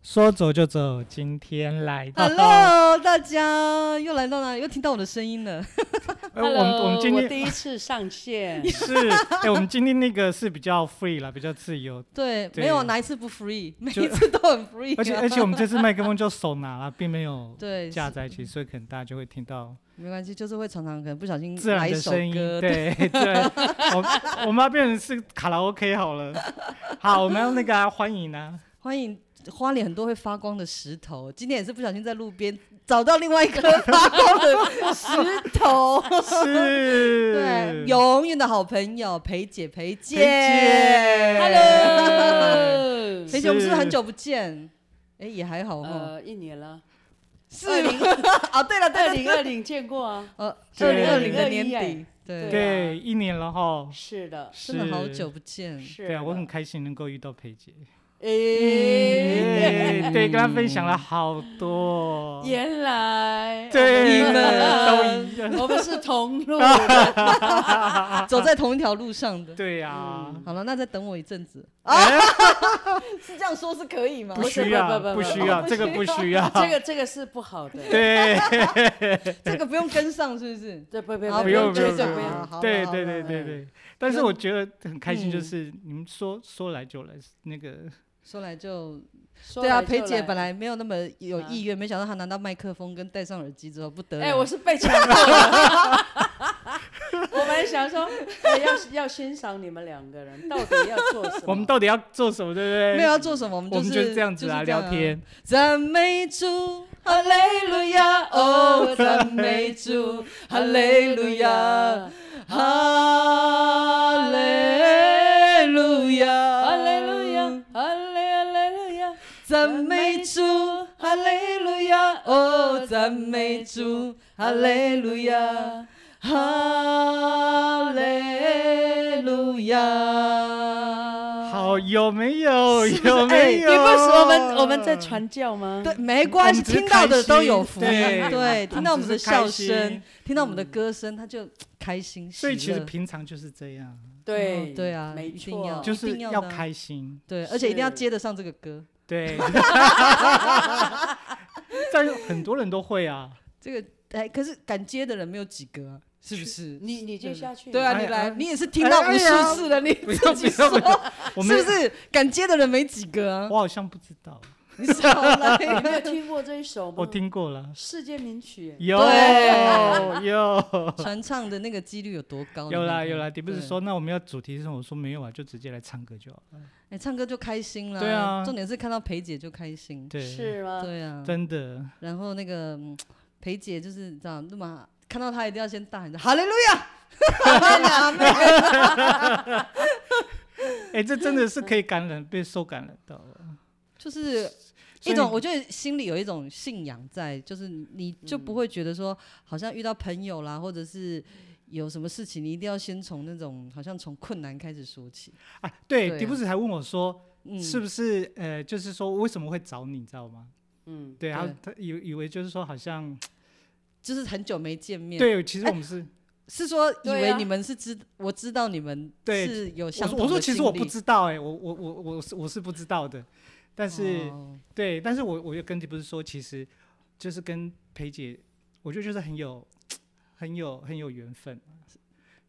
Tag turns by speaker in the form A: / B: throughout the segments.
A: 说走就走，今天来到。
B: Hello，大家又来到哪？又听到我的声音了。
A: 哎我们我们今天，
C: 第一次上线
A: 是，哎、我们今天那个是比较 free 啦，比较自由，
B: 对，
A: 对
B: 没有哪一次不 free，每
A: 就
B: 一次都很 free 啊、
A: 而且而且我们这次麦克风就手拿了，并没有
B: 对
A: 架
B: 是
A: 在一起，所以可能大家就会听到
B: 没关系，就是会常常可能不小心
A: 自然
B: 来一
A: 的
B: 首
A: 声音。
B: 歌。
A: 对 对，我我们要变成是卡拉 OK 好了。好，我们要那个、啊、欢迎啊，
B: 欢迎花莲很多会发光的石头，今天也是不小心在路边找到另外一颗发光的石 头。
A: 是，
B: 对，永远的好朋友裴姐，裴姐
A: 裴姐
C: Hello，
B: 裴姐，我们是不
A: 是
B: 是很久不见？哎，也还好哈。
C: 呃，一年了，
B: 是啊，对了，对
C: 二
B: 了，
C: 零二零见过啊，
B: 呃，二
A: 对
B: 零二零的
C: 2021
B: 年底
C: 哎，
B: 对
C: 对啊
A: 对，一年了哈，
C: 是的，
A: 是
B: 真的好久。不见。
C: 是的，
A: 对啊，我很开心能够遇到裴姐。嗯
C: 诶，
A: 耶对，跟他分享了好多，
C: 原来
A: 对，
B: 你们
A: 都一样，
C: 我们是同路的，
B: 啊走在同一条路上的。
A: 啊对呀、
B: 好了，那再等我一阵子，
A: 哎
B: 是这样说是可以 吗
A: 不
C: 是
A: 需
C: 不
A: 要，
C: 不不
A: 不需要，
B: 不
A: 这个不需要，
C: 这个这个是不好的，
A: 对
B: 这个不用跟上，是不是？
C: 这不不
B: 好
A: 啊不用不
C: 这
A: 用不
B: 追
C: 这
B: 不
C: 不
B: 用
C: 用。
B: 好
A: 对
B: 好
A: 对
B: 好
A: 对对
C: 嗯
A: 对。但是我觉得很开心，就
B: 嗯
A: 是你们说说来就来，那个
B: 说来就
C: 说
B: 对啊，
C: 来就
B: 裴姐
C: 来
B: 本来没有那么有
A: 啊
B: 意愿，没想到她拿到麦克风跟戴上耳机之后不得了。
C: 哎，我是被强迫的。 我们想说，哎要要欣赏你们两个人到底要做什么？
A: 我们到底要做什么，对不对？
B: 啊没有要做什么，我们
A: 我
B: 就是
A: 们就这样子啊，
B: 就是这
A: 聊天。
B: 赞美主，
C: 哈利路亚，哦，赞美主，哈利路亚，
B: 哈利路亚，
C: 哈利路亚，，哈利哈利路亚，
B: 赞美主，哈利路亚，哦，赞美主，哈利路亚。哈利路亚！
A: 好，有没有？
C: 是不是
A: 有没有？
C: 哎你不是我们我们在传教吗？
B: 对，，没关系，
A: 我们只是
B: 听到的都有福音，
A: 开心对
B: 对，听到我们的笑
A: 我们只是开
B: 声
A: 心，
B: 听到我们的歌声，他就开心喜
A: 所
B: 乐。
A: 以其实平常就是这样，
C: 对
B: 嗯对啊
C: 没
B: 一定要
C: 错，
A: 就
B: 一
A: 是
B: 定要
A: 要
B: 的啊
A: 开心。
B: 对，而且一定要
C: 是
B: 接得上这个歌，
A: 对， 但是很多人都会啊。
B: 这个哎，可是敢接的人没有几个啊，是不是？
C: 你你接下去，
B: 对啊，
A: 哎
B: 你来，
A: 哎
B: 你也是听到
A: 哎
B: 无
A: 哎
B: 数次 了，你
A: 不要
B: 自
A: 不
B: 己
A: 要
B: 说，
A: 不要，我
B: 是
A: 们
B: 不是？敢接的人没几个啊，
A: 我好像不知道，
B: 你少 来。
C: 你没有听过这一首吗？
A: 我听过了，
C: 世界名曲，
A: 有
B: 对
A: 有
B: 传唱的那个几率有多高？
A: 有啦
B: 哦你看看
A: 有啦，你不是
B: 对
A: 说那我们要主题是什么？我说没有啊，就直接来唱歌就好了。
B: 哎，唱歌就开心啦。
A: 对啊
B: 重点是看到裴姐就开心。
A: 对，
C: 是吗？
B: 对啊，
A: 真的，
B: 然后那个嗯裴姐就是这样，那么看到她一定要先大喊着哈利路亚， 哈利亚妹，
A: 哎，这真的是可以感染，被受感染到了。
B: 就是
A: 所以
B: 一种我觉得心里有一种信仰在，就是你就不会觉得说好像遇到朋友啦，或者是。有什么事情，你一定要先从那种好像从困难开始说起。
A: 啊，对，
B: 对啊
A: 迪布斯还问我说，
B: 嗯，
A: 是不是呃，就是说为什么会找你，你知道吗？
C: 嗯，
A: 对，然后
B: 对
A: 他以以为就是说好像
B: 就是很久没见面。，
A: 对，其实我们是
B: 是说以
C: 对
B: 为
C: 啊
B: 你们是知，我知道你们
A: 对
B: 是有
A: 我
B: 呃相
A: 说
B: 同
A: 我说
B: 的
A: 其实
B: 经
A: 我不
B: 历
A: 知道，哎，我我我我是我是不知道的，但是。
B: 哦
A: 对，但是我我就跟你不是说，其实就是跟裴姐，我觉得就是很有很有很有缘分，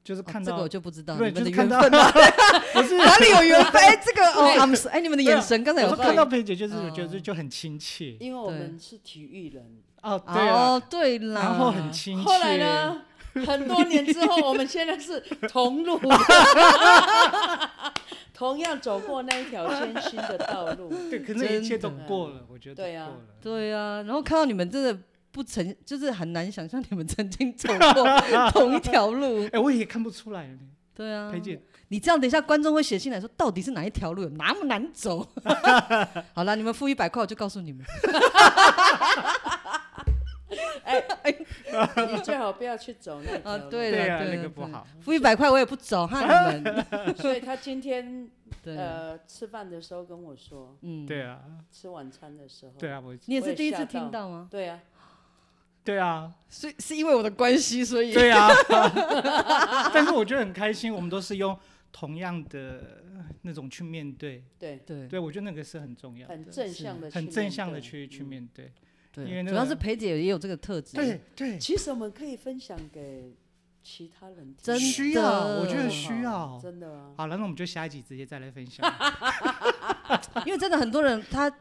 A: 就是
B: 哦
A: 看
B: 这
A: 到、
B: 个我就不知道你
A: 对
B: 们的
A: 就是看到
B: 缘分啊，
A: 不是，
B: 哪里有缘分？哎，这个哦，I'm so- 哎，你们的眼神刚 才
A: 我
B: 有
A: 说
B: 对
A: 看到裴姐就是我觉
B: 哦
A: 得就很亲切
C: 因为我
B: 对
C: 们是体育人。
A: 哦，对啊，
B: 哦，对啦，
A: 然后很亲切，
C: 后来呢？很多年之后，我们现在 是同路， 同样走过那一条艰辛的道 路。
A: 对，可是那一切都
B: 真的
A: 过了，我觉得
C: 对啊
A: 过了，
B: 对啊，然后看到你们真的不曾，就是很难想象你们曾经走 过同一条路。
A: 哎、我也看不出来呢，
B: 对啊
A: 裴，姐，
B: 你这样等一下观众会写信来说，到底是哪一条路有那么 难走？好了，你们付一百块，我就告诉你们。
C: 你最好不要去走那条
B: 啊，
C: 路。
B: 对
A: 对啊
B: 了，对
A: 那
B: 了
A: 个不
B: 对
A: 好
B: 付一百块我也不走哈，你 们。
C: 所以他今天
B: 对，
C: 呃吃饭的时候跟我说，
B: 嗯，
A: 对啊，
C: 吃晚餐的时候，
A: 对啊，我
B: 你也
C: 我
B: 是
C: 也
B: 第一次
C: 吓
B: 听
C: 到
B: 到吗？
C: 对啊，
A: 对啊，
B: 所以 是因为我的关系，所以
A: 对啊，但是我觉得很开心，我们都是用同样的那种去面对。
C: 对，
B: 对
A: 对，我觉得那个是很重要的，
C: 很正向的，
A: 很正向的去
C: 嗯
A: 去。面对。
B: 对，嗯
A: 因为那
B: 主要是
A: 个
B: 裴姐也有这个特质，
A: 对对，
C: 其实我们可以分享给其他人听，
B: 真的
A: 需要，我觉得
B: 很
A: 需要。
C: 真的啊。
A: 好了，那我们就下一集直接再来分享。
B: 因为真的很多人他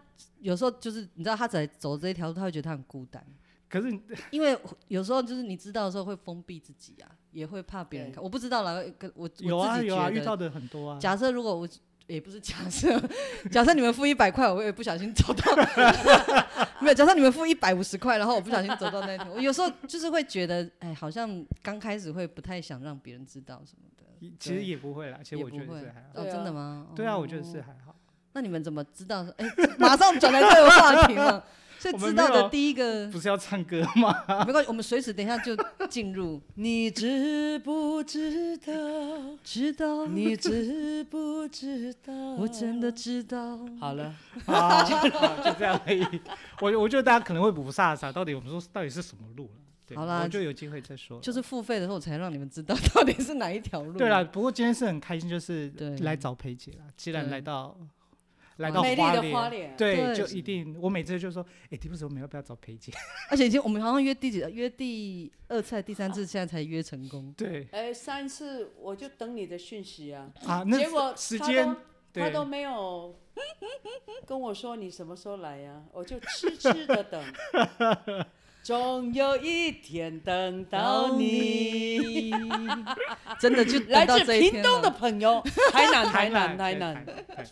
B: 有时候就是你知道他在走这一条路，他会觉得他很孤单，
A: 可是
B: 因为有时候就是你知道的时候会封闭自己啊，也会怕别人
C: 对
B: 看。我不知道啦，跟我
A: 有
B: 我
A: 啊
B: 自己
A: 有啊，
B: 觉得
A: 遇到的很多啊。
B: 假设如果我也不是假设， 假设你们付一百块，我也不小心走到，没有。假设你们付一百五十块，然后我不小心走到那一条，我有时候就是会觉得，哎，好像刚开始会不太想让别人知道什么的。
A: 其实也不会啦，其实
B: 也
A: 我
B: 不
A: 觉得
B: 会
A: 是还好。
B: 哦，
C: 对啊
B: 真的吗？
A: 对啊，我觉得
B: 哦
A: 是还好。
B: 那你们怎么知道？哎，马上转来这个话 题了。所以
A: 我们
B: 知
A: 没
B: 道的
A: 有啊
B: 第一个
A: 不是要唱歌 吗？
B: 没关系，我们随时等一下就进入。
C: 你知不知道？
B: 知道，
C: 你知不知道？
B: 我真的知道。
C: 好 了，
A: 好，好啊就这样而已。我我觉得大家可能会不飒飒，到底我们说到底是什么路了？对，
B: 好啦
A: 我就有机会再说。
B: 就是付费的时候，我才让你们知道到底是哪一条路。
A: 对啦，，不过今天是很开心，就是
B: 对
A: 来找裴姐啦。既然
B: 对
A: 来到来到
C: 美丽的花
A: 莲，
C: 脸，
A: 对，
B: 对
A: 就一定我每次就说，哎，第不是我们要不要找裴姐？
B: 而且已经我们好像约第几约第二次、第三次，现在才约成功。
A: 对
C: 哎，上一次我就等你的讯息啊，
A: 啊，那
C: 结果
A: 时
C: 他
A: 间
C: 都他
A: 对
C: 都没有跟我说你什么时候来呀、我就痴痴的等。总有一天等到你。，
B: 真的就
C: 来
B: 等到
C: 自
B: 这一
C: 屏
B: 天
C: 东的
B: 了。
C: 朋友，台南，
A: 台
C: 台南，
A: 南
C: 台
A: 对
C: 南，
A: 对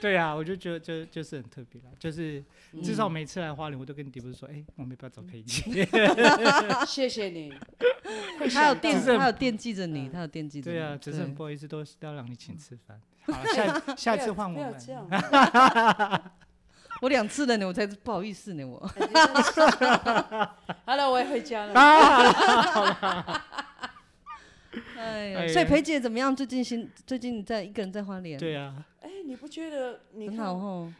A: 对啊，我就觉得就就是很特别啦，就是至少每次来花莲，我都跟迪不是说，哎，我们要不要找裴姐？
C: 谢谢你。
B: 他有
A: 只
B: 惦，
A: 是很
B: 他有惦记着你，
C: 嗯
B: 他有惦记着你。
A: 对啊，只是很
B: 对
A: 不好意思，都是要让你请吃饭。好了，下 下次换我
C: 不要不要这
A: 们。
C: 样，
B: 我两次了呢，我才不好意思呢，我。
C: 哎真的是 好了，我也回家了。
A: 啊，
B: 哎
A: 哎
B: 呀，
A: 呀
B: 所以裴姐怎么样？最近新最近在一个人在花莲，，
A: 对啊，
C: 哎，你不觉得你
B: 很
C: 看
B: 好哦。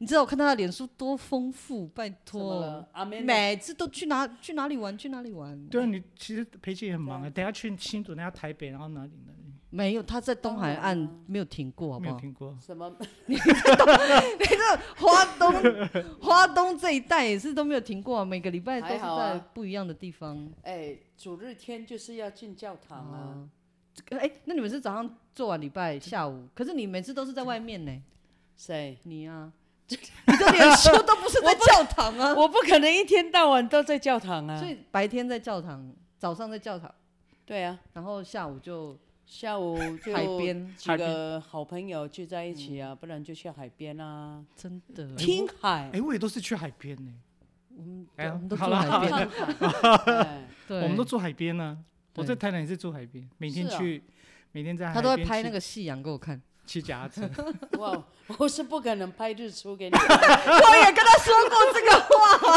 B: 你知道我看到她的脸书多丰富，拜
C: 怎么
B: 托
C: 了，？阿妹，
B: 每次都去哪去哪里玩去哪里玩。
A: 对啊，你其实培姐也很忙
C: 对
A: 啊，等下去新竹，等下台北，然后哪里哪里，
B: 没有，她在东海
C: 当然
B: 岸
C: 啊
B: 没有停过，好
A: 没
B: 不
A: 有
B: 好？
A: 听过。
C: 什么？
B: 花东， 花东这一带也是都没有停过、啊，每个礼拜都是
C: 还好
B: 在
C: 啊
B: 不一样的地方。
C: 哎，主日天就是要进教堂啊。
B: 哦这个哎、那你们是早上做完礼拜，下午？可是你每次都是在外面呢、
C: 谁？
B: 你啊， 你的脸书都不是在教堂 啊，
C: 我不可能一天到晚都在教堂啊
B: 所。以白天在教堂，早上在教堂，
C: 对啊，
B: 然后下午就
C: 下午就
B: 海边，
C: 几个好朋友聚在一起啊，不然就去海边啊，
B: 真的，
C: 听
B: 嗯
C: 海。
A: 哎，我也都是去海边呢，
B: 我们
A: 哎呀
B: 我们都
A: 好
B: 住
A: 啦
B: 海
C: 听
B: 边，
C: 海哎
B: 对，
A: 我们都住海边呢。我在
B: 对
A: 台南也是住海边，每天
C: 是啊
A: 去，每天在
B: 他
A: 海
B: 都会
A: 边
B: 拍那
A: 骑
B: 个夕阳给我看。
A: 骑脚踏车。
C: 哇，我是不可能拍日出给你看。
B: 我也跟他说过这个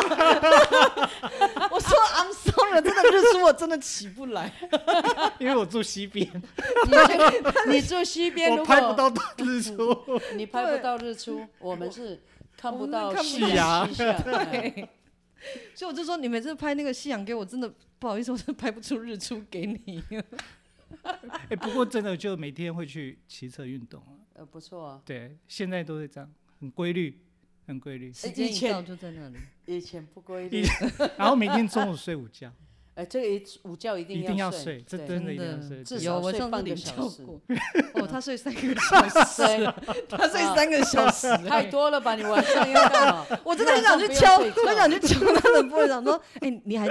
B: 话， 我说 I'm sorry，真的日出我真的起不来，
A: 因为我住西 边，
C: 你住你住西边，
A: 我
C: 如
A: 拍不
C: 果
A: 到大日出。
C: 你拍不到日出，我们是看不
B: 我
C: 到
B: 们是
C: 夕
A: 看不到
C: 夕阳。哎
B: 所以我就说你每次拍那个夕阳给我，真的不好意思，我真的拍不出日出给 你。
A: 哎，不过真的就每天会去骑车运动啊。
C: 呃，不错啊，
A: 对，现在都是这样，很规律，很规律。
B: 时间
C: 以
B: 一
C: 前
B: 到就在那里，
C: 以前不规
A: 以
C: 律。
A: 然后每天中午睡午觉，
C: 哎，这个一午觉一
A: 一
C: 定
A: 定要
C: 睡，
A: 睡，这
C: 对
A: 真的
B: 真
A: 一定要
B: 的
A: 睡。
C: 至
A: 对
C: 少
B: 有我
C: 睡
B: 上次
C: 半个
B: 领
C: 小
B: 教
C: 时
B: 过， 哦，他睡三个小时， 他睡三个小时，
C: 对太多了吧？你晚上要干嘛？
B: 我真的很想去敲，很想去敲他的玻璃，想说，哎、你还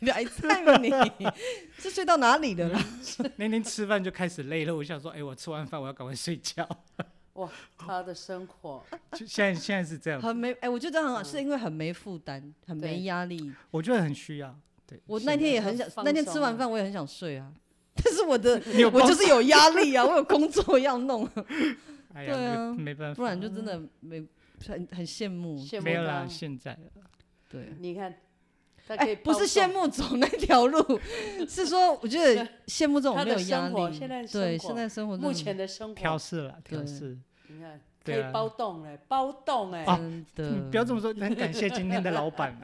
B: 你还在吗你？ 是睡到哪里了啦？
A: 那天吃饭就开始累了，我想说，哎，我吃完饭我要赶快睡觉。
C: 哇，他的生活，
A: 就现在现在是这样，
B: 很没，哎、我觉得这样很好，
C: 嗯
B: 是因为很没负担，很没
C: 对
B: 压力。
A: 我觉得很需要。对，
B: 我
A: 现
B: 那天也很
C: 是
B: 想
C: 放，
B: 那天
C: 松
B: 吃完
C: 了
B: 饭我也很想睡啊，但是我 的
A: 你有
B: 我
A: 工
B: 就是有压力啊，我有工作要弄，
A: 哎
B: 对
A: 呀，
B: 啊
A: 没没办
B: 不
A: 法，
B: 然就真
C: 嗯
B: 的没很很羡慕。
C: 羡
A: 没有
C: 慕
A: 啦，
C: 他。
A: 现在
B: 对，
C: 你看，他可
B: 哎、
C: 以
B: 不是
C: 包
B: 羡
C: 送
B: 慕走那条 路，是说我觉得羡慕这种
C: 他
B: 没有
C: 的
B: 压
C: 生活
B: 力。
C: 现在生
B: 对，
C: 活
B: 现在生活真
C: 目
B: 的
C: 前的生
A: 调
C: 活，
A: 试了，调
B: 对
A: 试。
C: 你看可
A: 对
C: 以
A: 啊
C: 包栋嘞，包栋哎，
B: 真
A: 嗯
B: 的，
A: 不要这么说，很感谢今天的老板，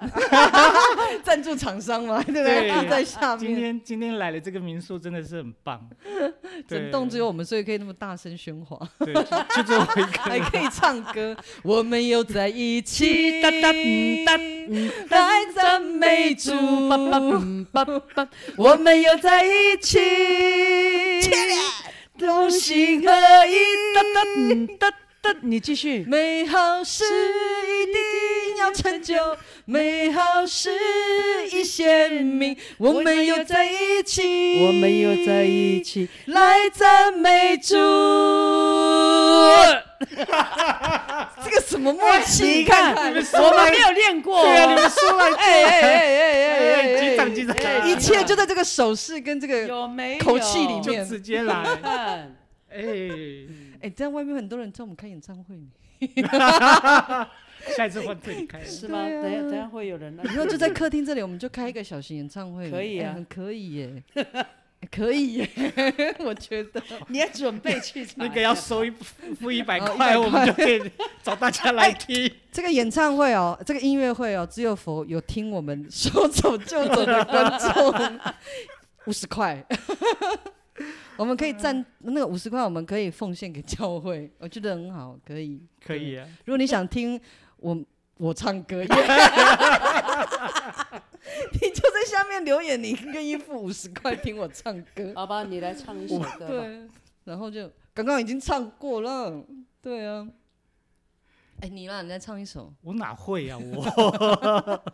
B: 赞助厂商嘛，对不对？
A: 对
B: 在下
A: 今
B: 面，
A: 天今天来了这个民宿真的是很棒，对
B: 整栋只有我们，所以可以那么大声喧哗，
A: 对，就就只有我一个
B: 还可以唱歌。我们又在一起，
A: 哒哒嗯哒
B: 来赞美主，巴巴巴巴，我们又在一起，同心合一，哒哒哒哒。
C: 你继续。
B: 美好事一定要成就，美好事已显明，我们又在一起，
C: 我们又在一，起，
B: 来赞美主。这个什么默契？
C: 你看，
B: 看
C: 我们没有练过，
A: 对啊，你们说
B: 哎
A: 来，
B: 哎哎哎哎
A: 哎
B: 哎，
A: 击掌击掌，
B: 一切就在这个手势跟这个。
C: 有没有
B: 口气里面
A: 就直接来，
C: 看，
A: 哎，
B: 哎，在外面很多人叫我们看演唱会呢，
A: 下一次换这里开，
C: 是吗？
B: 对啊
C: 等一下等一下会有人来，
B: 以后就在客厅这里，我们就开一个小型演唱会，
C: 可以啊
B: 哎很可以耶，哎可以耶， 我觉 得。
C: 你要准备去查
A: 那个要收一付一百
B: 哦
A: 块，
B: 100
A: 我们就可以找大家来听。
B: 这个演唱会哦，这个音乐会哦，只有佛有听我们说走就走的观众，五十块， 我们可以
C: 嗯
B: 赞那个五十块，我们可以奉献给教会，我觉得很好，可以。
A: 可以啊，
B: 如果你想听我我唱歌，也 你就在下面留言，你愿意付五十块听我唱歌？
C: 好吧，你来唱一首歌吧。
B: 对，然后就刚刚已经唱过了，对啊。哎，你啦，你再唱一首。
A: 我哪会呀、我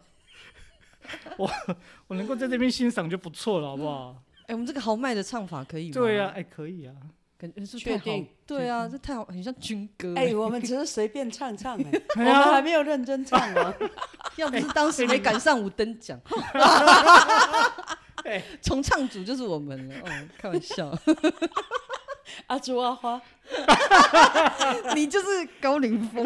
A: 我我能够在这边欣赏就不错了，好不好？
B: 哎，我们这个豪迈的唱法可以吗？
A: 对呀、哎、，可以啊，
B: 感觉是
C: 确
B: 太好
C: 定。
B: 对啊，这太好，很像军歌。
C: 哎，我们只是随便唱唱， 哎，我
A: 哎
C: 们
A: 呀
C: 还没有认真唱哦。
B: 要不是当时没赶上五等奖
A: 哎，
B: 重唱组就是我们了。哦，开玩笑，
C: 阿朱阿花，
B: 你就是高凌风。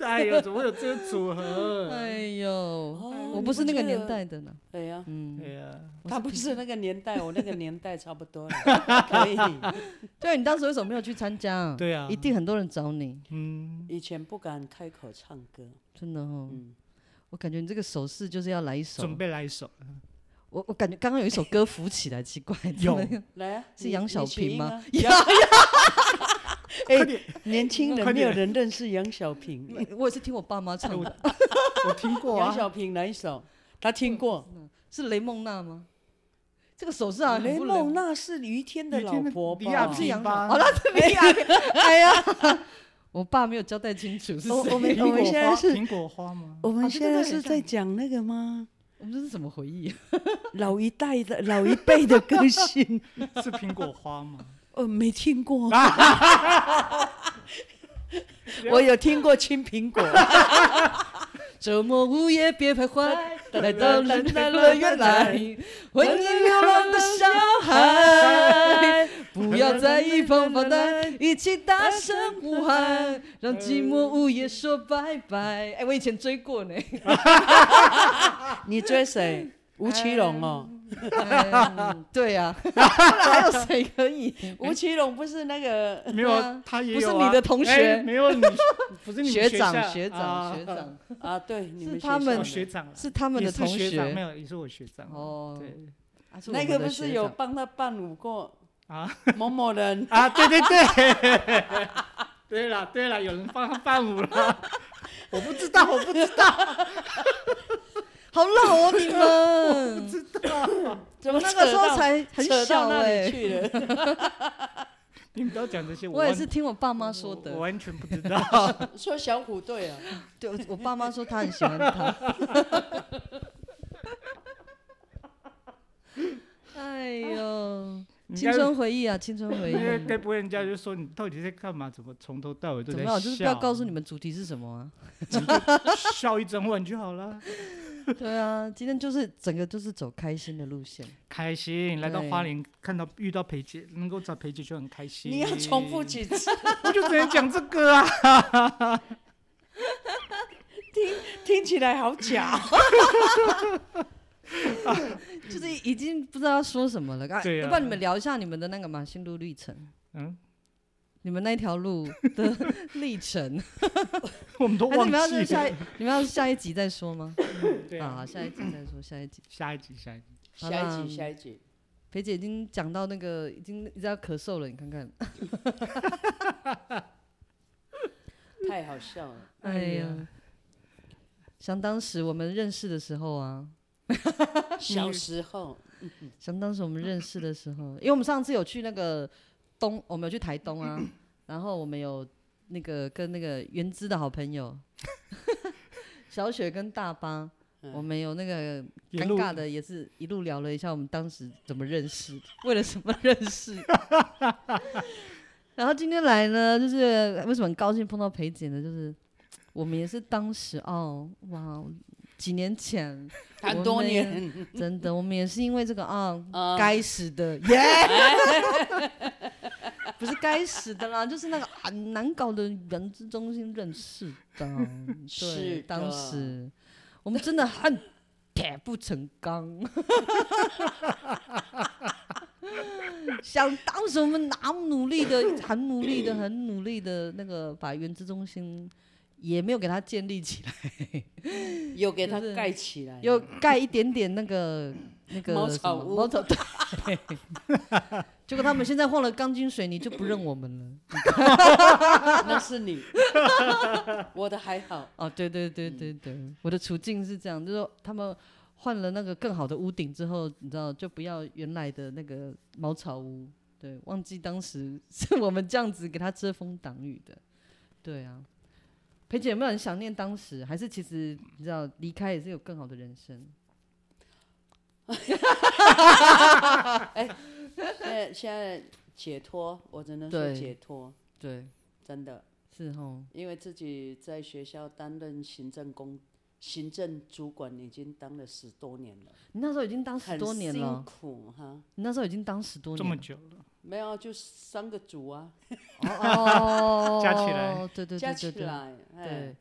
A: 哎呦，怎么会有这个组合？
B: 哎呦，
C: 哦
B: 我不是那个年。代的呢。
C: 对哎呀，
B: 嗯，
A: 对呀、
B: 我
C: 他
B: 是
C: 不是那个年代，我那个年代差 不多了，可以。
B: 对啊，你当时为什么没有去参加啊？
A: 对啊
B: 一定很多人找你，
A: 嗯，
C: 以前不敢开口唱歌，
B: 真的哦。
C: 嗯，
B: 我感觉你这个手势就是要来一首
A: 准。备来一首，
B: 我我感觉刚刚有一首歌浮起来，奇怪。
A: 有
B: 真的
C: 来啊，
B: 是
C: 你
B: 杨小平吗？
C: 你起 音啊
A: 快点，
C: 哎 年轻
A: 快
C: 人没
A: 点
C: 有人认识杨小平，
B: 我也是听我爸妈唱的，
A: 我听过
C: 杨
A: 啊，
C: 小平哪一首？他听过。
B: 是雷梦娜吗？这个手势啊，
C: 雷
B: 很不
C: 梦娜是于天的
A: 于
C: 老
A: 天的
C: 婆
A: 李亚
C: 吧
B: 不？是杨
A: 吧
B: 好了，这边呀，哎呀，我爸没有交代清楚是
C: 我
B: 谁。
C: 我们
A: 苹
C: 我们
A: 果
C: 现在
A: 花，
C: 是
A: 苹果花 吗？
C: 我
B: 啊
C: 们
B: 对
C: 现
B: 对
C: 在
B: 对对
C: 是在讲那个吗？
B: 我们这是什么回 忆啊？
C: 老一代的 老一辈的歌 星，
A: 是苹果花 吗？
C: 我哦没听 过。我有听过青苹 果，
B: 周末午夜别徘徊，来到人来乐园来，欢迎流浪的小孩， 不要在一旁发呆，一起大声呼喊，让寂寞午夜说拜拜。哎，我以前追过 呢，
C: 你追谁？吴奇隆哦，
B: 嗯对 呀、啊，不然还有谁可以？
C: 哎吴奇隆不是那个
A: 没
B: 对
A: 有
B: 啊，
A: 他也
B: 不是
A: 有、啊。
B: 你的同
A: 哎
B: 学
A: 没有你，不是你们
B: 学
A: 校
B: 长，学
A: 啊
B: 长，学长，
C: 啊？对，你们
B: 是他
C: 学校
B: 们
A: 哦
C: 的
A: 学长啊，
B: 是他
A: 他
B: 们的同
A: 学长，没
B: 学。
A: 有，也是我学长。
B: 哦，
A: 对
B: 啊是我
C: 那
B: 们
C: 个
B: 的
C: 不是
B: 学
C: 有
B: 长
C: 帮他伴舞过
A: 啊？
C: 某某人
A: 啊，对对对， 对了对了，有人帮他伴舞 了，我不知道，我不知道，
B: 好老哦，你 们
C: 怎么
B: 那
C: 扯
B: 个时候
C: 到
B: 才很
C: 扯
B: 小
C: 到那
B: 哎、
C: 里去了？
A: 你们不要讲这些，
B: 我也
A: 完
B: 是听我爸妈说
A: 我
B: 的，
A: 完全不知 道。
C: 说小虎队啊，
B: 对我我爸妈说他很喜欢他。 哎呦，
A: 啊你
B: 青
A: 该
B: 春回忆啊，青春回
A: 因为
B: 忆。
A: 该不会人家就说你到底在干嘛？怎么从头到尾都
B: 怎
A: 在
B: 么
A: 笑？
B: 样？就是不要告诉你们主题是什么啊？
A: 笑一整晚就好了。
B: 对啊，今天就是整个就是走开心的路线。
A: 开心来到
B: 对
A: 花莲，看到遇到裴姐，能够找裴姐就很开心。
C: 你要重复，几次？
A: 我就只能讲这个啊。
C: 听起来好假。
B: 就是已经不知道要说什么了。啊
A: 对啊
B: 要不然你们聊一下你们的那个嘛心路历程。
A: 嗯，
B: 你们那条路 的历程，
A: 我们都
B: 还是
A: 忘
B: 你们要是
A: 记
B: 下
A: 了。
B: 一你们要是下一集再说吗？
A: 对
B: 啊，好
A: 啊，
B: 下一集再说，下一集。
A: 下一集，下一集。
B: 好
C: 下
B: 啦
C: 一集，下一集，
B: 肥姐已经讲到那个，已经一直要咳嗽了，你看看，
C: 太好笑了。
A: 哎
B: 哎
A: 呀
B: 呀，想当时我们认识的时候啊，
C: 小时候，
B: 想当时我们认识的时候，因为我们上次有去那个东，我们有去台东啊，然后我们有那个跟那个原知的好朋友 小雪跟大巴，
C: 嗯
B: 我们有那个
A: 一
B: 尴
A: 路
B: 尬的也是一路聊了一下我们当时怎么认识的，为了什么认识。 然后今天来呢，就是为什么很高兴碰到裴姐呢？就是我们也是当时哦，哇，几年前，
C: 很多年，
B: 真的，我们也是因为这个啊，
C: 啊
B: 该死的 耶，不是该死的啦，就是那个啊难搞的人之中心认识的， 对
C: 是的
B: 当时我们真的很铁不成 钢。想当时我们哪努力的，很努力的，很努力的那个把原子中心也没有给它建立起来，
C: 又给它
B: 就是
C: 盖起来，
B: 又盖一点点那 个那个
C: 茅
B: 什
C: 草
B: 么
C: 屋
B: 哎 茅草对。结果他们现在换了钢筋水泥，就不认我们了。
C: 那是你，我的还好，
B: 哦，对对对对对，我的处境是这样，就是说他们换了那个更好的屋顶之后，你知道就不要原来的那个茅草屋。对，忘记当时是我们这样子给他遮风挡雨的。对啊，裴姐有没有很想念当时？还是其实你知道离开也是有更好的人生？
C: 现在现在解脱，我只能说
B: 对
C: 解脱，
B: 对，
C: 真的，
B: 是哦，
C: 因为自己在学校担任行政工。行政主管已经当了十多年了，
B: 你那时候已经当哦十
C: 很
B: 多年了
C: 辛。苦哈。
B: 你那时候已经当十多
A: 这
B: 年
A: 么
B: 了，
A: 久了，
C: 没有，啊就三个组啊，
B: 哦
A: 加起来，
B: 对对
C: 加
B: 对
C: 起
B: 对对，
C: 来，哎
B: 对，，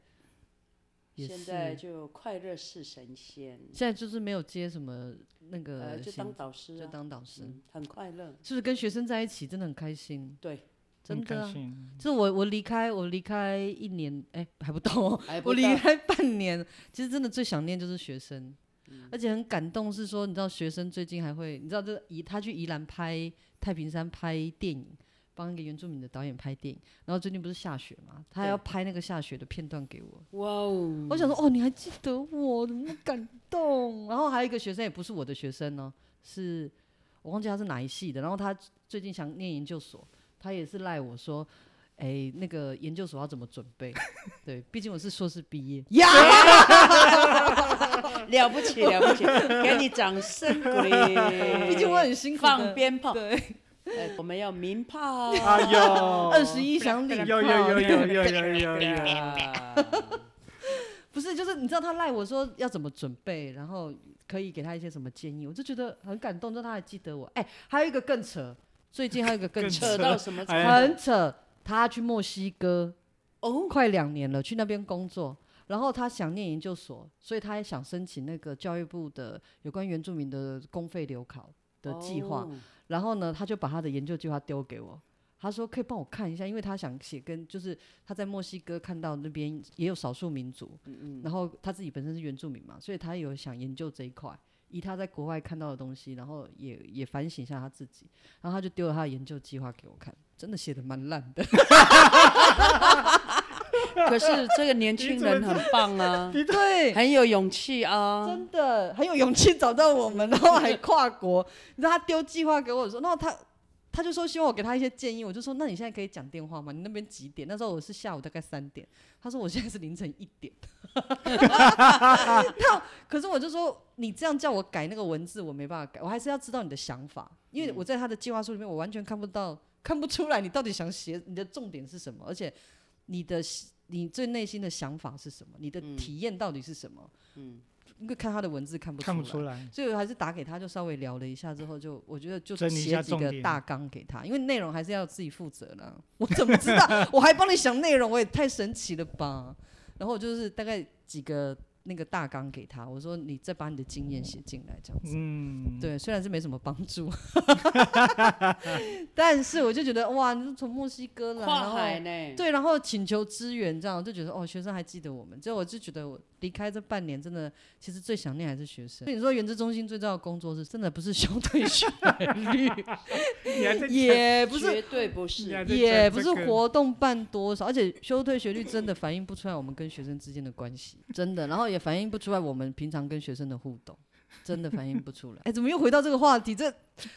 B: 也
C: 现在
B: 是
C: 就快乐是神仙，
B: 现在就是没有接什么那
C: 呃，
B: 个
C: 就
B: 行，
C: 当导师
B: 就
C: 啊，
B: 当导师，
C: 嗯，很快乐，
B: 是不是跟学生在一起真的很开心？
C: 对，
B: 真
A: 很
B: 的
A: 开
B: 啊，
A: 心。
B: 就是我我离开我离开一年，哎、还不到哦，
C: 还不
B: 我离
C: 到
B: 开半年，其实真的最想念就是学生，
C: 嗯
B: 而且很感动是说，你知道学生最近还会，你知道这宜他去宜兰拍太平山拍电影，帮一个原住民的导演拍电影，然后最近不是下雪嘛，他还
C: 对
B: 要拍那个下雪的片段给我，
C: 哇哦，
B: 我想说哦，你还记得我，怎么那么感动？然后还有一个学生也不是我的学生哦，是我忘记他是哪一系的，然后他最近想念研究所，他也是赖我说。哎，那个研究所要怎么准备？对，毕竟我是硕士毕业，
C: 了不起了 不起，给你掌声鼓励。
B: 毕竟我很辛苦的。
C: 放鞭炮，
B: 对，
C: 哎我们要鸣炮。
A: 哎呦，
B: 二十一响礼炮，
A: 有有有有有有有有。
C: 呀
B: 不是，就是你知道他赖我说要怎么准备，然后可以给他一些什么建议，我就觉得很感动，就他还记得我。哎、还有一个更扯，最近还有一个更
A: 更
B: 扯，
C: 扯到什么程
A: 哎
C: 度？
B: 很扯，他去墨西哥
C: 哦，
B: 快两年了，去那边工作。然后他想念研究所，所以他也想申请那个教育部的有关原住民的公费留考的计划。
C: 哦，
B: 然后呢，他就把他的研究计划丢给我。他说可以帮我看一下，因为他想写跟就是他在墨西哥看到那边也有少数民族，
C: 嗯嗯，
B: 然后他自己本身是原住民嘛，所以他有想研究这一块，以他在国外看到的东西，然后也也反省一下他自己，然后他就丢了他的研究计划给我看，真的写的蛮烂的，
C: 可是这个年轻人很棒 啊，
B: 对，
C: 很有勇气啊。
B: 真的很有勇气找到我们，然后还跨国。 你知道他丢计划给我说，然后他他就说希望我给他一些建议，我就说那你现在可以讲电话吗？你那边几点？那时候我是下午大概三点，他说我现在是凌晨一点。 那可是我就说你这样叫我改那个文字，我没办法改，我还是要知道你的想法，因为我在他的计划书里面，我完全看不到、看不出来你到底想写你的重点是什么，而且你的你最内心的想法是什么，你的
C: 嗯
B: 体验到底是什么。
C: 嗯，
B: 因为看他的文字看不
A: 看不
B: 出
A: 出
B: 来，
A: 来，
B: 所以我还是打给他，就稍微聊了一下之后就，我觉得就
A: 整理一下
B: 写几
A: 重
B: 个
A: 点
B: 大纲给他，因为内容还是要自己负责 啦。我怎么知道？我还帮你想内容，我也太神奇了吧！然后我就是大概几个那个大纲给他，我说你再把你的经验写进来，这样子。
A: 嗯，
B: 对，虽然是没什么帮助， 但是我就觉得哇，你是从墨西哥来，
C: 跨海
B: 然
C: 啊
B: 后
C: 呢？
B: 对，然后请求支援，这样我就觉得哦，学生还记得我们。这我就觉得我离开这半年，真的其实最想念还是学生。所以你说原子中心最重要的工作是真的不是修对 学历，
A: 你还在
B: 也不 是
C: 绝对不
A: 你
C: 是
A: 还在
B: 也
A: 讲
B: 不
A: 这
B: 是
A: 个
B: 活动办多少，而且修退学率真的反映不出来我们跟学生之间的关系，真的，然后也反映不出来我们平常跟学生的互动，真的反映不出来。 哎，怎么又回到这个话题？这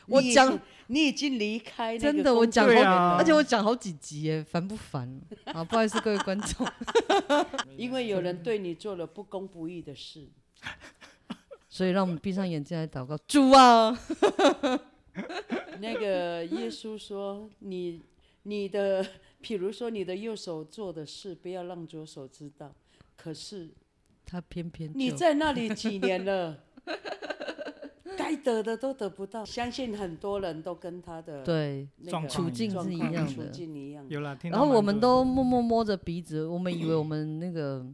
B: 我
C: 你已
B: 讲
C: 经你已经离开那个
B: 真的，我
C: 工
B: 讲
A: 对
B: 好，
A: 啊
B: 而且我讲好几集耶，烦不烦？啊，不好意思各位观众，
C: 因为有人对你做了不公不义的事。
B: 所以让我们闭上眼睛来祷告，主啊，
C: 那个耶稣说：“你你的， 比如说你的右手做的事，不要让左手知道。可是
B: 他偏偏
C: 你
B: 就
C: 在那里几年了，该得的都得不到。相信很多人都跟他的
B: 对。
C: 那
A: 状
C: 个
A: 况
B: 处境
C: 状
B: 是一
C: 况
B: 样
C: 处
B: 的
C: 境一样。
A: 有啦，听到
B: 然后
A: 蛮
B: 我们
A: 多
B: 都默默摸着鼻子，我们 以为我们那个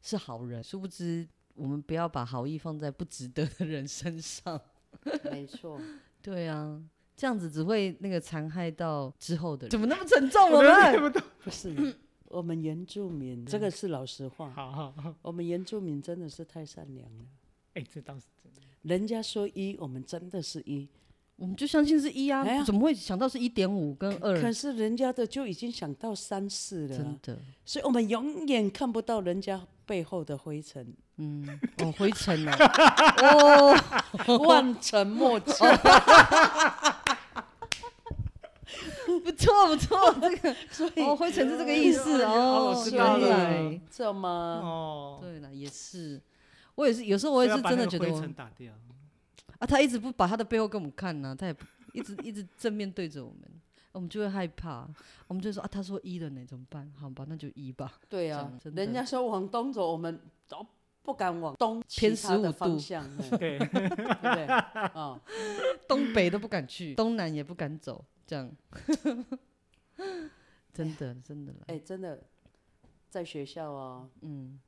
B: 是好人，殊不知我们不要把好意放在不值得的人身上。
C: 没错，
B: 对啊，这样子只会那个残害到之后的人。怎么那么沉重？啊
A: 的
B: 我
A: 我
B: 们
A: 都 听
C: 不是我们原住民，这个是老
A: 不
C: 实
A: 懂。
C: 话。
A: 好好好，
C: 我们原住民真的是太善良了。
A: 哎，这倒是真的。
C: 人家说一，我们真的是一。
B: 我们就相信是一啊，
C: 哎呀
B: 怎么会想到是一点五跟二？
C: 可是人家的就已经想到三四了啊、
B: 真的，
C: 所以我们永远看不到人家背后的灰尘，
B: 嗯，哦，灰尘了， 哦，
C: 万尘莫及。
B: 不错不错，这个
C: 所
B: 哦，
C: 以
B: 灰尘是这个意思
A: 哦
B: 哦
A: 我，知
C: 道了
B: 原来
C: 这
B: 啊
C: 么
A: 哦，
B: 对了，也是，我也是，有时候我也
A: 要
B: 是
A: 把
B: 真
A: 那
B: 的
A: 个
B: 觉得
A: 灰
B: 我
A: 尘打掉。
B: 啊，他一直不把他的背后给我们看呢、他也不一直一直正面对着我们，我们就会害怕，我们就说啊，他说一了呢，怎么办？好吧，那就一吧。
C: 对啊
B: 真，的
C: 人家说往东走，我们都不敢往东
B: 偏
C: 其他的
B: 15度
C: 方向，嗯对
A: 对，
C: 不对？ 啊，
B: 东北都不敢 去，东南也不敢走，这样。 真的，真的啦，
C: 哎，真的，在学校哦，
B: 嗯，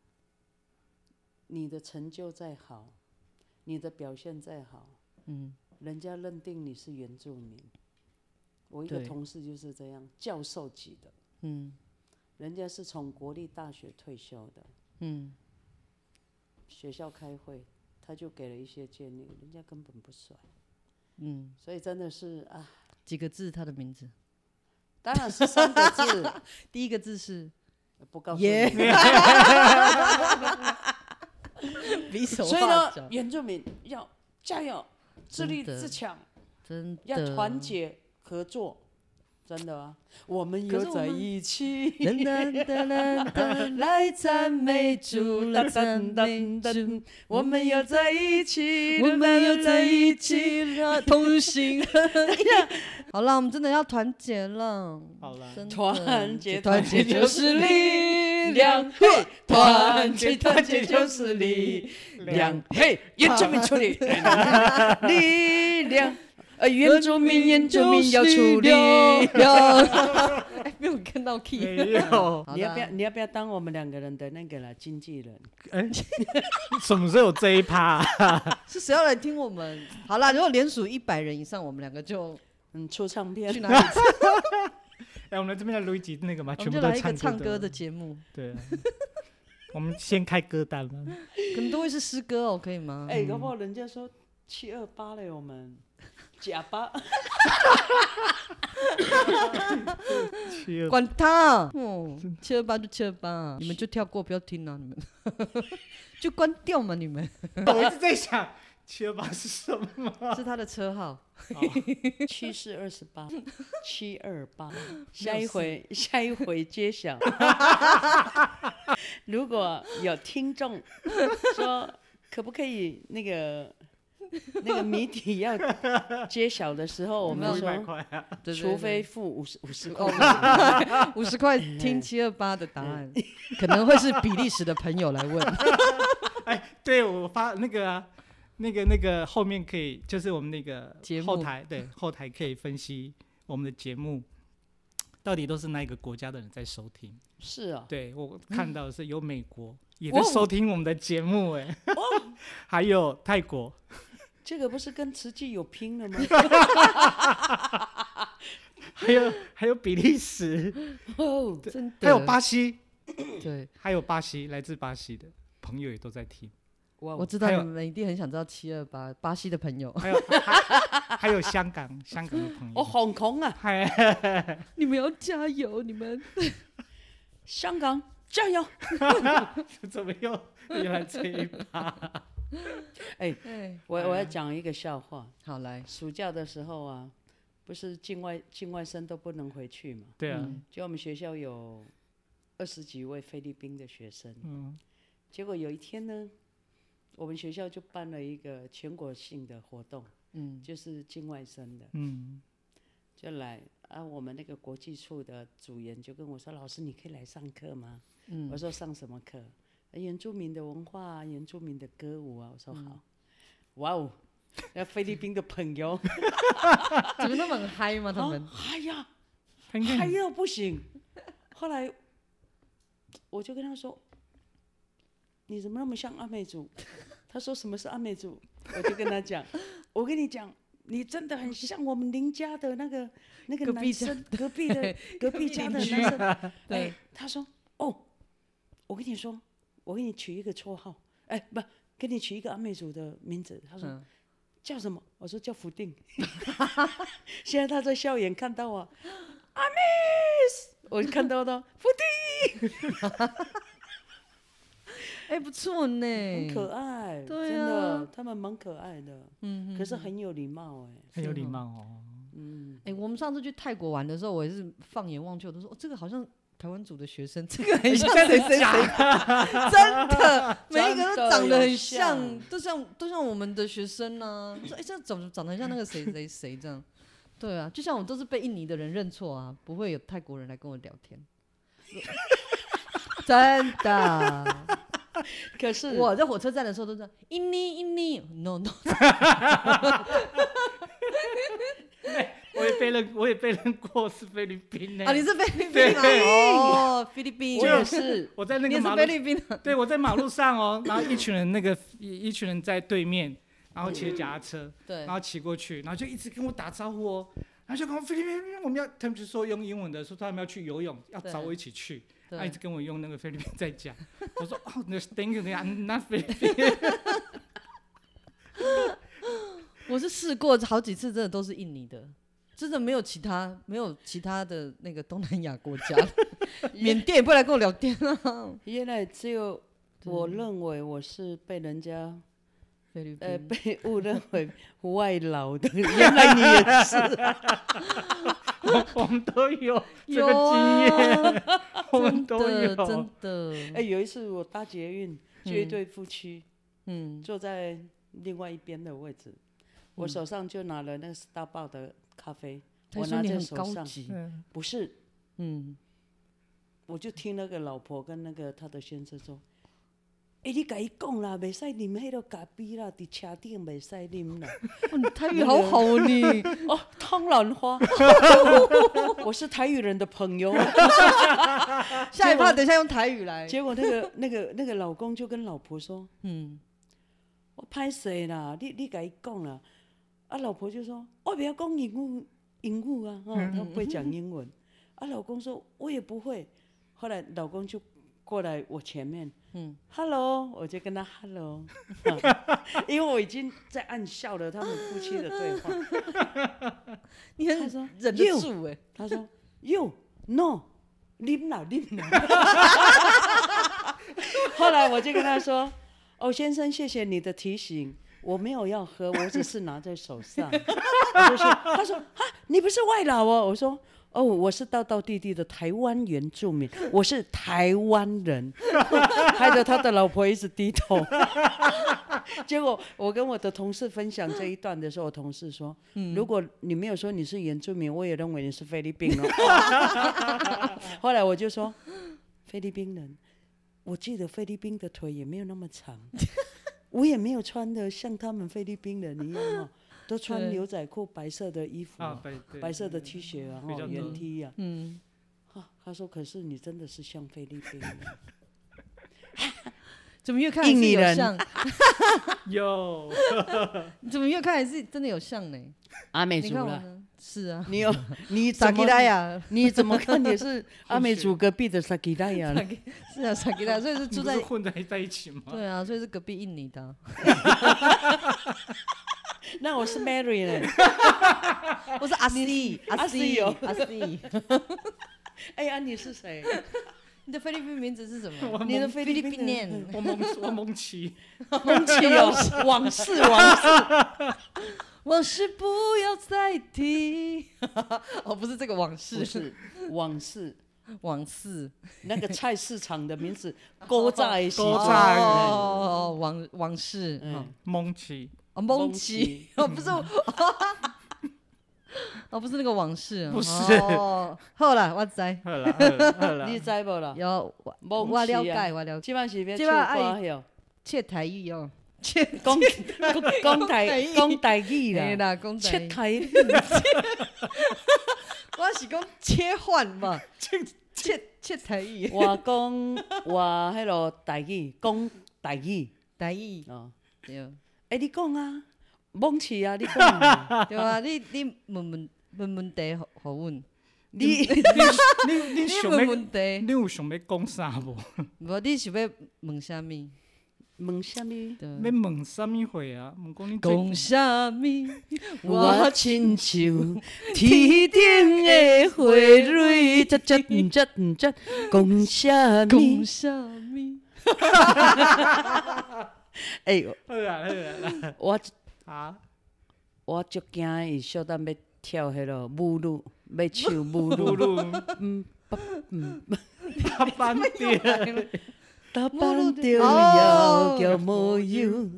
C: 你的成就再好，你的表现再好，
B: 嗯，
C: 人家认定你是原住民。我一个
B: 对
C: 同事就是这样，教授级的，
B: 嗯，
C: 人家是从国立大学退休的，
B: 嗯，
C: 学校开会，他就给了一些建议，人家根本不甩，
B: 嗯，
C: 所以真的是啊，
B: 几个字他的名字，
C: 当然是三个字，
B: 第一个字是
C: 呃不告诉
B: 耶
C: 你。
B: 比手
C: 所以
B: 画
C: 呢
B: 脚，，
C: 原住民要加油，自立
B: 真的
C: 自强，
B: 真的
C: 要团结合作，真的啊，我们
B: 可
C: 有
B: 是我
C: 在
B: 们
C: 一起。
B: 噔 噔噔噔噔，来赞美主，来赞美主。
C: 我们要在一起，
B: 我们要在一。起了，同行。 好了，我们真的要团结了。
A: 好啦
B: 真的
C: 团结，
B: 团结就是力。
C: 力量，嘿，团结，团结就是力量，嘿，原住民出力，力量，呃，原住民，原住民要出力。
B: 哎，没有看到 key。
A: 没有。
B: 好
C: 你要不要？
B: 的，
C: 你要不要当我们两个人的那个了经纪人？
A: 哎，什么时候有这一趴？
B: 是谁要来听我们？好啦，如果连署一百人以上，我们两个就
C: 嗯，出唱
B: 去
C: 片，
B: 哪里？
A: 哎，我们这边来录一集那个嘛，
B: 我
A: 全
B: 们
A: 部
B: 就
A: 都
B: 来一个唱歌
A: 歌
B: 的。节 目，
A: 对啊，我们先开歌单吧。
B: 可能都会是诗歌哦，可以吗？
C: 哎，搞不好人家说七二八嘞，我们假八，
A: 七二
B: 管他，嗯，七二八就七二八啊，你们就跳过，不要听啊，你们 就关掉嘛，你们
A: 八，我一直在想七二八是什么。
B: 是他的车号。
C: 七四二十八，七二八，下一回下一回揭晓。如果有听众 说，可不可以那个那个谜底要揭晓的时候，我们
B: 有
A: 一百
C: 说，
A: 块啊，
B: 对对
C: 除非
B: 对
C: 付五十五十块
B: 哦，五十块听七二八的答案，可能会是比利时的朋友来问。
A: 哎，对我发那个啊，那个那个后面可以，就是我们那个
B: 节目
A: 后台对后台可以分析我们的节目到底都是哪一个国家的人在收听。啊
C: 是哦，
A: 对我看到的是有美国、也在
B: 哦
C: 哇
A: 收听我们的节目哎、 还有泰国，
C: 这个不是跟慈济有拼了吗？
A: 还有还有比利时，
C: 哦，
B: 真的
A: 还有巴西，
C: 对，
A: 还有巴西，来自巴西的朋友也都在 听，
C: 哇
B: 我
C: 哦，
B: 知道
A: 还有
B: 你们一定很想知道七二八巴西的朋友，
A: 还有还还有香港香港的朋 友，
C: 哦，香港啊，
A: 还
B: 你们要加油，你们
C: 香港加油！
A: 怎么又又来这 一把？
B: 哎，
C: 我我要讲一个笑话。
B: 好来，
C: 暑假的时候啊，不是境外境外生都不能回去嘛，
A: 对啊，
B: 嗯
C: 就我们学校有二十几位菲律宾的学生，
A: 嗯，
C: 结果有一天呢，我们学校就办了一个全国性的活动，
B: 嗯
C: 就是境外生的
A: 嗯，
C: 就来啊，我们那个国际处的主任就跟我说，老师你可以来上课吗？
B: 嗯
C: 我说上什么课？呃原住民的文化啊，原住民的歌舞啊。我说好，
B: 嗯
C: 哇哦，那菲律宾的朋友，
B: 怎么那么很嗨吗？ 他们
C: 啊，哎呀，
A: 他应
C: 嗨
A: 该
C: 到不行。后来我就跟他说，你怎么那么像阿美族？他说什么是阿美族？我就跟他讲， 我跟你讲。你真的很像我们邻家的那个那个
B: 隔
C: 男
B: 壁家
C: 生，隔壁的隔壁家的男生，
B: 对
C: 哎，他说：“哦，我跟你说，我给你取一个绰号，哎，不，给你取一个阿美族的名字。”他说：“
B: 嗯
C: 叫什么？”我说：“叫福定。” 现在他在笑眼看到我，阿美，我看到他福
B: 哎不错呢，
C: 定很可爱，
B: 嗯对
C: 真的
B: 啊，
C: 他们蛮可爱的，
B: 嗯
C: 可是很有礼貌哎、
A: 很有礼貌哦。
C: 嗯，
B: 哎，我们上次去泰国玩的时候，我也是放眼望去，我都说哦，这个好像台湾组的学生， 这个很像谁谁谁， 真 的，每一个都长得很
C: 真的有
B: 像，
C: 像
B: 都像都像我们的学生呢、说哎，这怎么长得很像那个谁谁谁这样？对啊，就像我都是被印尼的人认错啊，不会有泰国人来跟我聊 天。真的，
C: 可是
B: 我在火车站的时候都这样，印尼印尼，no no，
A: 我也被认，我也被认过是菲律宾呢、
B: 啊，你是菲律宾吗？
A: 对
B: 哦，菲律宾，
C: 我也是，
A: 我在那
B: 你
A: 个
B: 也
A: 马
B: 是
A: 路
B: 菲，律宾 的，
A: 对我在马路上哦，然后一群人那个一一群人在对面，然后骑着脚踏车，
B: 对
A: 然，后骑过去，然后就一直跟我打招呼哦，然后就跟我菲律宾，我们要他们就说用英文的说他们要去游泳，要
B: 对
A: 找我一起去，他一
B: 对
A: 直，跟我用那哎个菲律宾在 讲，我说哦，那 thank you，I'm not 菲律宾，
B: 我是试过好几次，真的都是印尼的，真的没有其他没有其他的那个东南亚国家， 缅甸也不来跟我聊天啊，
C: 原来只有我认为我是被人家
B: 菲律
C: 呃
B: 宾。
C: 被误认为 外劳的，原来你也是。
A: 我我们都有这
B: 有
A: 个经验，
B: 啊，
A: 我们
B: 真
A: 都
B: 的真
A: 有，
B: 的，
C: 哎，有一次我搭捷运，就一对夫妻
B: 嗯，
C: 坐在另外一边的位置，我手上就拿了那个 Starbucks 的咖啡，
B: 他
C: 我
B: 说
C: 拿
B: 你
C: 在
B: 很
C: 手
B: 高
C: 上，
B: 级，
A: 嗯
C: 不是，
B: 嗯，
C: 我就听那个老婆跟那个她的先生说。哎、你甲伊讲啦，袂使啉迄个咖啡啦，伫车顶袂使 啉啦。
B: 哇你泰语好好 呢，
C: 哦，当 然花，我是台语人的朋友啊。
B: 下一趴等一下用台语来，
C: 结果那个那个那个老公就跟老婆说：“
B: 嗯，
C: 我拍谁啦？你你甲伊讲啦。啊，老婆就说：“我不要讲英语，英语啊，哦，他不会讲英文。”啊，老公说：“我也不会。”后来老公就过来我前面，嗯，Hello，我就跟他 Hello，、啊因为我已经在暗笑了他们夫妻的对话。
B: 你很
C: 他说
B: 忍得
C: You
B: 住哎，
C: 他说：“You no，啉 啦啉啦。” 后来我就跟他说：“哦，先生，谢谢你的提醒，我没有要喝，我只是拿在手上。”就是他说：“啊，你不是外劳哦？”我说。哦，我是道道地地的台湾原住民，我是台湾人，害得他的老婆一直低头。结果我跟我的同事分享这一段的时候，我同事说：“如果你没有说你是原住民，我也认为你是菲律宾了。”后来我就说：“菲律宾人，我记得菲律宾的腿也没有那么长，我也没有穿的像他们菲律宾人一样哦，都穿
B: 对
C: 牛仔裤、白色的衣服、
A: 啊，
C: 啊、
A: 白对
C: 白色的 T 恤啊，
A: 比较
C: 哦圆
A: 多
C: T 啊。
B: 嗯，
C: 啊，他说：“可是你真的是像菲律宾人。”
B: 怎么越看还是
C: 印尼
B: 有
C: 人
B: 像，
A: 有
B: 怎么越看还是真的有像呢？
C: 阿美
B: 你
C: 族
B: 看我
C: 了。
B: 呢？是啊，
C: 你有 你
B: 萨
C: 怎
B: 基
C: 么
B: 拉呀，
C: 你怎么看也是 阿美族隔壁的萨基达呀
B: 萨？基是啊，萨基拉，所以是
A: 你
B: 住
A: 不
B: 在
A: 是混在在一起吗？
B: 对啊，所以是隔壁印尼的啊。
C: 那我是 Mary 呢？
B: 我是阿西，
C: 阿西
B: 西
C: 哦，
B: 阿西。
C: 哎呀，你是谁？
B: 你的菲律宾名字是什么？
C: 你的菲
B: 菲
C: 律
B: 律
C: 宾
B: 宾念
A: 我蒙我蒙奇，
C: 空气有往事往事。
B: 往事不要再提。哦，不是这个往
C: 不
B: 事，
C: 是往事，
B: 往事。
C: 那个菜市场的名 字，勾在一起。
A: 勾
B: 哦
A: 在
B: 哦，往往事。哦
C: 嗯，
A: 蒙奇
B: 哦，蒙奇，哦，不是，哦，不是那个往事啊，
A: 不是
B: 哦，好啦，我知，
A: 好了好了好 了，
C: 你知无啦？
B: 有我
C: 蒙奇啊
B: 我了解，我了解，
C: 基本是要
B: 这
C: 唱
B: 摆
C: 歌
B: 爱
C: 哟，
B: 切台语哦，切
C: 讲讲讲台讲台语
B: 嘿
C: 啦，
B: 啦，讲台
C: 切
B: 语，
C: 台语。
B: 我是讲切换嘛，切切台语，
C: 我讲我迄落台语，讲台语
B: 台语，
C: 哦。
B: 对，
C: 哎，你讲啊，蒙奇啊，你讲啊，
B: 对啊，你你问问问问题互互阮，
C: 你
A: 你你
B: 你
A: 想
B: 问
A: 要
B: 问题，
A: 你有想要讲啥无？
B: 无你是要问啥物？
C: 问什么？
B: 对
A: 要问啥物货啊？毋讲你最
B: 嗯讲啥物？
C: 我亲 像天顶的花蕊，嗯节节唔节唔节，讲什
B: 讲
C: 么？
B: 啥物？
C: 哎，
A: 好啦好啦好啦
C: 我
A: 啊！
C: 我足惊伊小等要跳迄落舞女，要唱舞
A: 露
C: 女。
A: 露，嗯，八 班爹，
C: 打扮着
B: 哦
C: 摇叫无忧，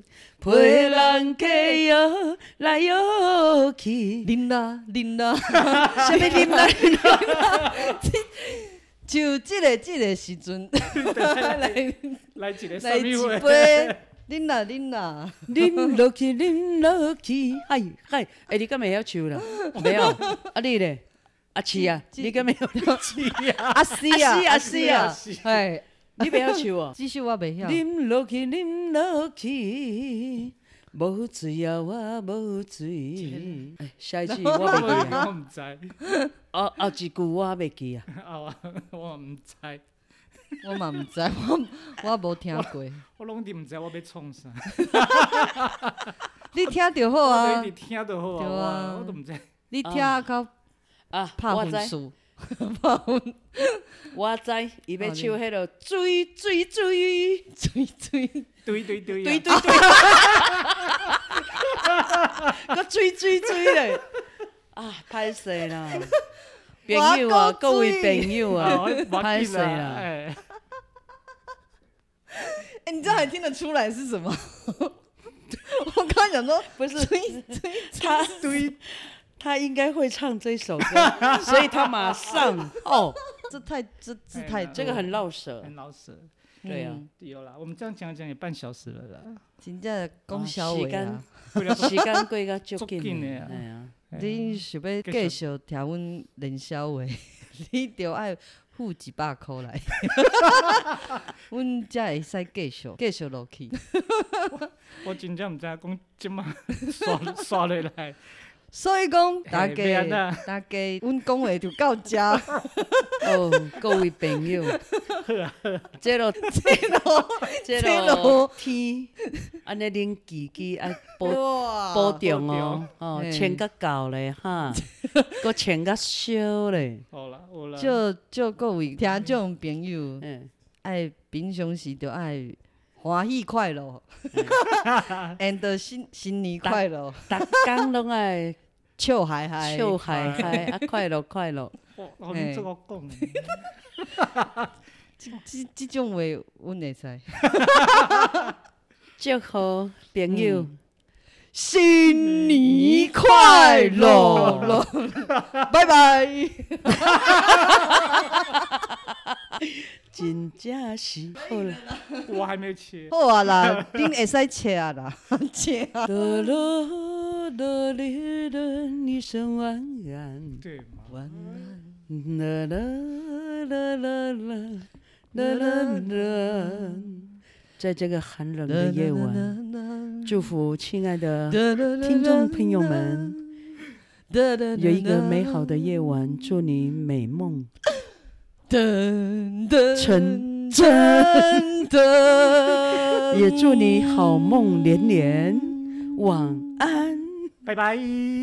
C: 陪人客摇来摇 去。
B: 啉啦，啉啦，啥物啉啦，啉 啦。就即个即个时 阵， 来
A: 来一个啥
B: 来一
A: 物货？
B: 杯，啉啦啉啦，
C: 啉落去，啉落去，嗨嗨！哎，你敢会晓唱啦？ 袂晓。啊，你咧？阿七 啊，
B: 这
C: 你敢会晓？
B: 阿西
C: 啊
B: 啊
C: 是啊是啊
B: 是啊，哎，
C: 你袂晓唱 哦？
B: 继续我袂晓，
C: 啉落去，啉落去，无醉啊，我无 醉。哎下一句我
A: 我
C: 袂 记啊，
A: 我毋知，
C: 后后一句我袂记啊。
A: 啊我我毋知，
B: 我嘛毋知，我我无听过，
A: 我拢伫毋知我要创啥，
B: 啊你听着好
A: 我
B: 啊
A: 就一直，听就好
B: 对
A: 啊，
B: 啊
A: 我我都毋知。
B: 你听到
C: 啊，
B: 拍
C: 我
B: 分
C: 知，
B: 数，拍分
C: 我知，伊要
B: 哦
C: 唱
B: 你啊
C: 迄落水水水，
B: 追追，
A: 对对对
C: 对对
A: 啊，
C: 对，搁水水水咧。啊，歹势啦，朋友啊，
B: 我搁
C: 各位
B: 水
C: 朋友
B: 哦
A: 啊
C: 啊
A: 我，忘
C: 歹
A: 记
C: 势
A: 了
C: 啦。
A: 哎，
B: 哎，你这还听得出来是什么？ 我刚想说，
C: 不是
B: 追追
C: 他对，他应该会唱这首 歌，所以他马上哦，
B: 这太这字
A: 哎
B: 太
A: 呀
B: 多
C: 这个很
B: 了
C: 绕舌
A: 很，老实，
C: 对啊
B: 嗯
A: 有啦，我们这样讲讲也半小时了啦，
B: 真正
C: 啊
B: 讲小
C: 时
B: 话
C: 间
B: 啊！
A: 为了
C: 时间过较足
A: 足
C: 紧
A: 紧
C: 的
A: 的啊
C: 哎呀，
A: 哎
B: 你想要
A: 继
B: 继
A: 续
B: 续听阮连小话， 你就爱付一百 箍来，阮才会使继续继续落去。
A: 我真正毋知啊讲即马 刷刷落来，
B: 所以讲，大
A: 嘿要安
B: 家
A: 怎
B: 大家，阮讲话就 到遮，
C: 哦，各位 朋友，
B: 啊
C: 这落
B: 这咯
C: 这
B: 这
C: 落
B: 落
C: 天，安尼恁自己 爱啊保
B: 哇
C: 保重哦，哦，
B: 嘿
C: 穿较厚咧 哈，搁穿较少咧，
A: 好啦好啦，
B: 就就各位听众朋友，
C: 嗯，
B: 爱平常时就爱欢喜快乐 ，and 新新年快乐，
C: 逐工拢爱
B: 笑嗨嗨，
C: 笑嗨嗨，啊，快乐快乐，
A: 我我恁做我讲的，
B: 这这这种话阮会使。
C: 祝贺朋友。
B: 新年快乐， 拜拜。
C: 真正是好啦，
A: 我还没有切。
B: 好啊啦，恁会使切啊啦，切啊。
C: 哆啰哆哩哆，一声晚安，
A: 对嘛？
B: 晚安，
C: 啦啦啦啦啦啦啦啦，在这个寒冷的夜晚，
B: 晚
C: 祝福亲爱的
B: 听
C: 听众朋友们有一个美好的夜晚，祝你美梦。
B: 噔噔
C: 成
B: 真的，
C: 也祝你好梦连连晚安。
A: 拜拜，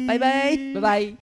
B: 拜拜，拜拜。